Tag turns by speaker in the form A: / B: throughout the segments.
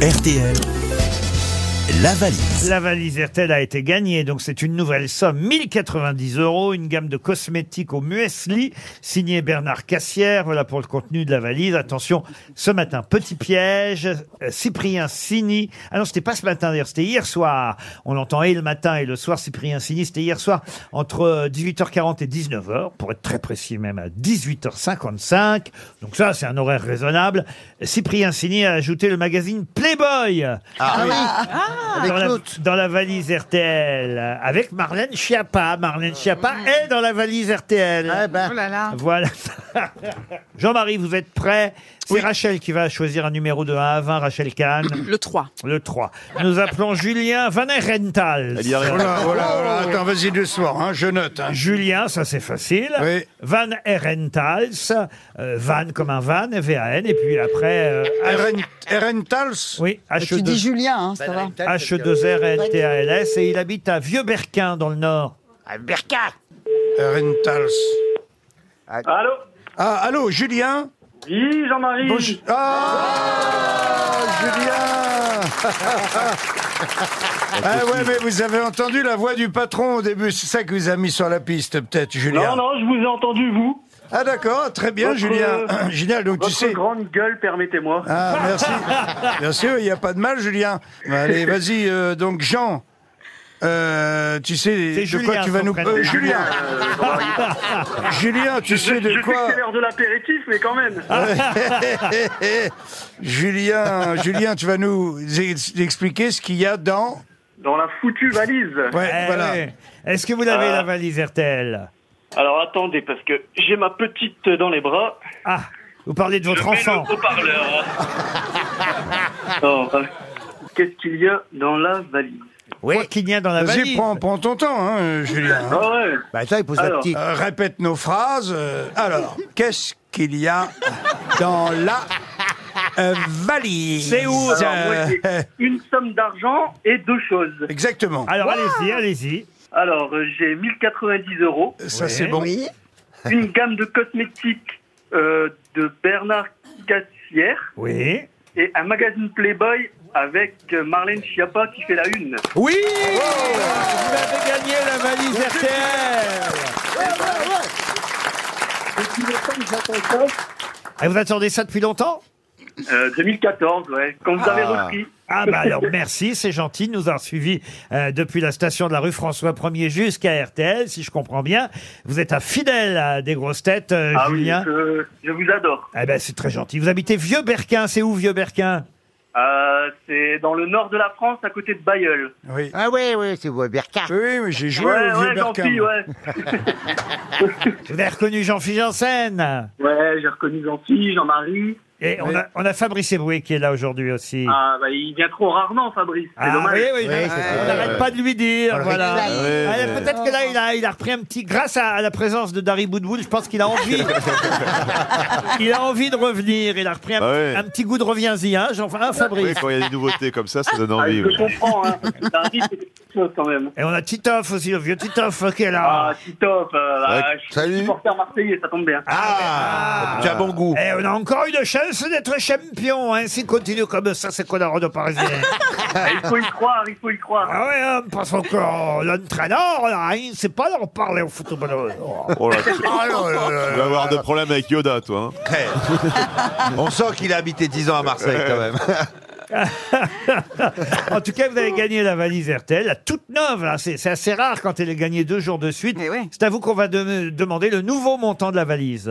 A: RTL, la valise.
B: La valise RTL a été gagnée, donc c'est une nouvelle somme, 1090 euros, une gamme de cosmétiques au muesli, signée Bernard Cassière. Voilà pour le contenu de la valise. Attention, ce matin, petit piège, euh, Cyprien Sini. Ah non, c'était pas ce matin d'ailleurs, c'était hier soir. On l'entend et le matin et le soir, Cyprien Sini. C'était hier soir, entre euh, 18h40 et 19h, pour être très précis même, à 18h55. Donc ça, c'est un horaire raisonnable. Cyprien Sini a ajouté le magazine Playboy. dans, la, dans la valise RTL avec Marlène Schiappa. Marlène Schiappa est dans la valise RTL.
C: Oh là là.
B: Voilà. Jean-Marie, vous êtes prêt C'est Rachel qui va choisir un numéro de 1 à 20, Rachel Kahn,
C: Le 3.
B: le 3. Nous appelons Julien Van Erentals.
D: Voilà, voilà, voilà. Attends, vas-y de soir, hein, je note. hein.
B: Julien, ça c'est facile.
D: Oui.
B: Van Erentals, euh, Van comme un van, V-A-N, et puis après, euh, H-
D: Eren- Erentals
B: oui,
E: Tu dis
B: H2,
E: Julien, hein,
F: Ah,
E: ça va.
B: H2RNTALS, et il habite à Vieux-Berquin dans le Nord.
D: Erentals.
G: Allô
D: Ah, allô, Julien
G: Oui, Jean-Marie
D: Bonjour. Ah, Julien Ah ouais, mais vous avez entendu la voix du patron au début, c'est ça que vous a mis sur la piste, peut-être, Julien
G: Non, non, je vous ai entendu, vous.
D: Ah d'accord, très bien,
G: Votre- euh,
D: Julien. Génial, donc
G: Votre
D: tu sais...
G: grande gueule, permettez-moi.
D: Ah, merci. Bien sûr, il n'y a pas de mal, Julien. Allez, vas-y, euh, donc Jean, euh, tu sais de
B: C'est
D: quoi
B: Julien,
D: tu vas
B: son
D: nous...
B: prénom.
D: euh, Julien, Julien, tu sais de
G: je sais que
D: quoi... Ah.
G: c'est l'heure de l'apéritif, mais quand même.
D: Julien, Julien, tu vas nous ex- expliquer ce qu'il y a dans...
G: Dans la foutue valise.
D: Ouais,
B: Eh
D: voilà.
B: oui. Est-ce que vous l'avez
G: Ah.
B: la valise RTL
G: Alors attendez, parce que j'ai ma petite dans les bras.
B: Ah, vous parlez de votre
G: Je mets
B: enfant.
G: le haut-parleur. Non, euh, Qu'est-ce qu'il y a dans la valise
B: Quoi qu'il y a dans la
D: Vas-y,
B: valise.
D: prends, prends ton temps, hein, euh, Julien.
G: Ah ouais
F: Bah attends, il pose la
G: Alors.
F: petite.
D: Euh, répète nos phrases. euh, alors, qu'est-ce qu'il y a dans la euh, valise
B: C'est où,
G: Alors, moi, j'ai
D: Euh,
G: une somme d'argent et deux choses.
D: Exactement.
B: Alors allez-y, allez-y.
G: Alors, euh, j'ai 1090 euros.
D: Ça, c'est bon.
E: Oui.
G: une gamme de cosmétiques euh, de Bernard Cassière
B: Oui.
G: et un magazine Playboy avec euh, Marlène Schiappa qui fait la une.
B: Oui Vous avez gagné la valise RTL Et Ah, vous attendez ça depuis longtemps
G: Euh, 2014, ouais. Quand vous avez repris.
B: ah bah alors merci, c'est gentil de nous avoir suivis euh, depuis la station de la rue François 1er jusqu'à RTL, si je comprends bien. Vous êtes un fidèle à des grosses têtes, euh,
G: Ah oui,
B: Julien.
G: je, je vous adore.
B: Eh ben c'est très gentil. Vous habitez Vieux-Berquin, c'est où Vieux-Berquin
G: Euh, c'est dans le nord de la France, à côté de Bayeul.
D: Oui.
F: Ah oui, oui, c'est vous, Berka.
D: Oui, oui, mais j'ai joué
G: ouais,
D: au vieux
G: ouais,
D: Berquin,
G: gentil,
D: moi.
G: ouais.
B: Vous avez reconnu Jean-Philippe Janssen
G: Ouais, j'ai reconnu gentil, Jean-Marie.
B: Et on,
D: Oui.
B: a, on a Fabrice Eboué qui est là aujourd'hui aussi.
G: Ah, bah, il vient trop rarement, Fabrice. C'est
B: Hmm. Ah,
G: dommage.
B: oui, oui,
F: Oui,
B: on
F: c'est
B: n'arrête pas de lui dire. Voilà.
E: Ah,
B: Ah, Peut-être que là, il a, il a repris un petit. Grâce à, à la présence de Dari Boudboul, je pense qu'il a envie. il a envie de revenir. Il a repris un,
H: Ah ouais.
B: un petit goût de reviens-y, hein, Jean- hein, Fabrice.
H: Oui, quand il y a des nouveautés comme ça, ça donne
G: Ah,
H: envie.
G: je
H: oui.
G: comprends, hein. T'as un rythme, c'est quelque chose, quand même.
B: Et on a Titoff aussi, le vieux Titoff euh, qui est là.
G: Ah, Titoff, euh,
H: Ouais,
G: ah, je suis
F: salut.
G: supporter marseillais, ça tombe bien.
F: Ah, tu as bon goût.
B: Et Eh, on a encore une chance d'être champion. Hein. S'il continue comme ça, c'est qu'on a rendu parisien.
G: Ah, il faut y croire, il faut y croire.
B: ah ouais, hein, parce que euh, l'entraîneur, là, hein, il ne sait pas leur parler au football.
H: Oh là, tu tu
D: Ah,
F: Oh là là là
H: vas
F: là.
H: avoir des problèmes avec Yoda, toi. hein.
F: Eh. On sent qu'il a habité 10 ans à Marseille quand même.
D: Ah,
B: En tout cas, vous avez gagné la valise RTL, la toute neuve. hein. C'est c'est assez rare quand elle est gagnée deux jours de suite.
F: Eh
C: Mais oui.
B: C'est à vous qu'on va de- demander le nouveau montant de la valise.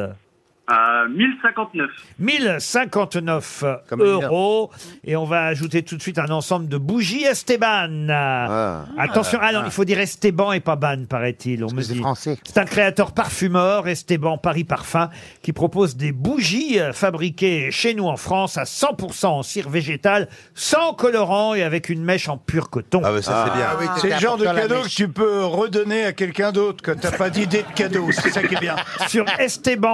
B: Ah.
G: Euh, 1059.
B: 1059
F: Comme le
B: euros. Et on va ajouter tout de suite un ensemble de bougies Esteban. Attention, ah non, il faut dire Esteban et pas Ban, paraît-il. On me
F: c'est
B: dit.
F: français.
B: C'est un créateur parfumeur, Esteban Paris Parfum, qui propose des bougies euh, fabriquées chez nous en France à 100% en cire végétale, sans colorant et avec une mèche en pur coton.
F: Ah bah ça c'est bien.
D: C'est le genre de
F: important, la
D: cadeau que
F: mèche.
D: tu peux redonner à quelqu'un d'autre quand t'as pas d'idée de cadeau. C'est ça qui est bien.
B: Sur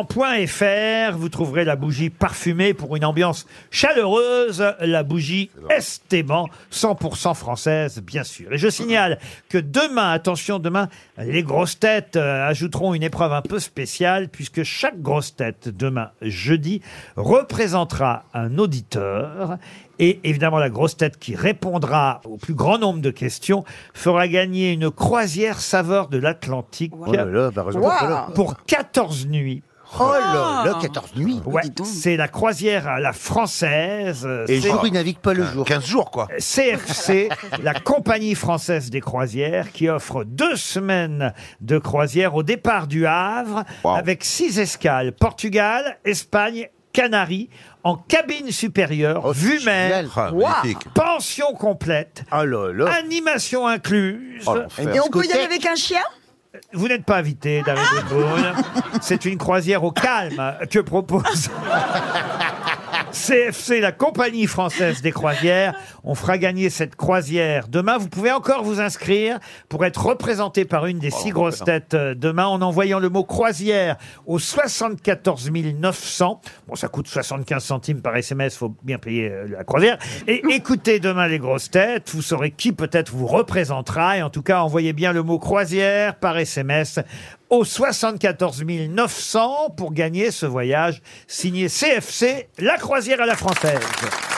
B: esteban.fr, vous trouverez la bougie parfumée pour une ambiance chaleureuse, la bougie Esteban, 100% française, bien sûr. Et je signale que demain, attention, demain, les grosses têtes euh, ajouteront une épreuve un peu spéciale, puisque chaque grosse tête, demain, jeudi, représentera un auditeur Et évidemment, la grosse tête qui répondra au plus grand nombre de questions fera gagner une croisière saveur de l'Atlantique
F: Oh là là, bah, heureusement
C: Wow.
F: que là.
B: pour 14 nuits.
F: Oh là là, 14 nuits.
B: Ouais,
C: Dis donc.
B: c'est la croisière à la française. euh,
F: Et
B: c'est-
F: jour, il navigue pas le jour. 15 jours, quoi.
B: CFC, la compagnie française des croisières, qui offre deux semaines de croisière au départ du Havre,
H: Wow.
B: avec six escales Portugal, Espagne, Canaries, en cabine supérieure,
F: Oh,
B: vue mer,
F: Ah, Magnifique.
B: pension complète,
F: Oh là là.
B: animation incluse.
H: Oh, l'enfer.
C: Et on peut y aller avec un chien
B: Vous n'êtes pas invité, David Bourne. C'est une croisière au calme que propose. CFC, la compagnie française des croisières. On fera gagner cette croisière demain. Vous pouvez encore vous inscrire pour être représenté par une des six grosses têtes euh, demain en envoyant le mot croisière au 74 900. Bon, ça coûte 75 centimes par SMS, faut bien payer euh, la croisière. Et écoutez demain les grosses têtes, vous saurez qui peut-être vous représentera. Et en tout cas, envoyez bien le mot croisière par SMS au 74 900 pour gagner ce voyage signé CFC, la croisière à la française.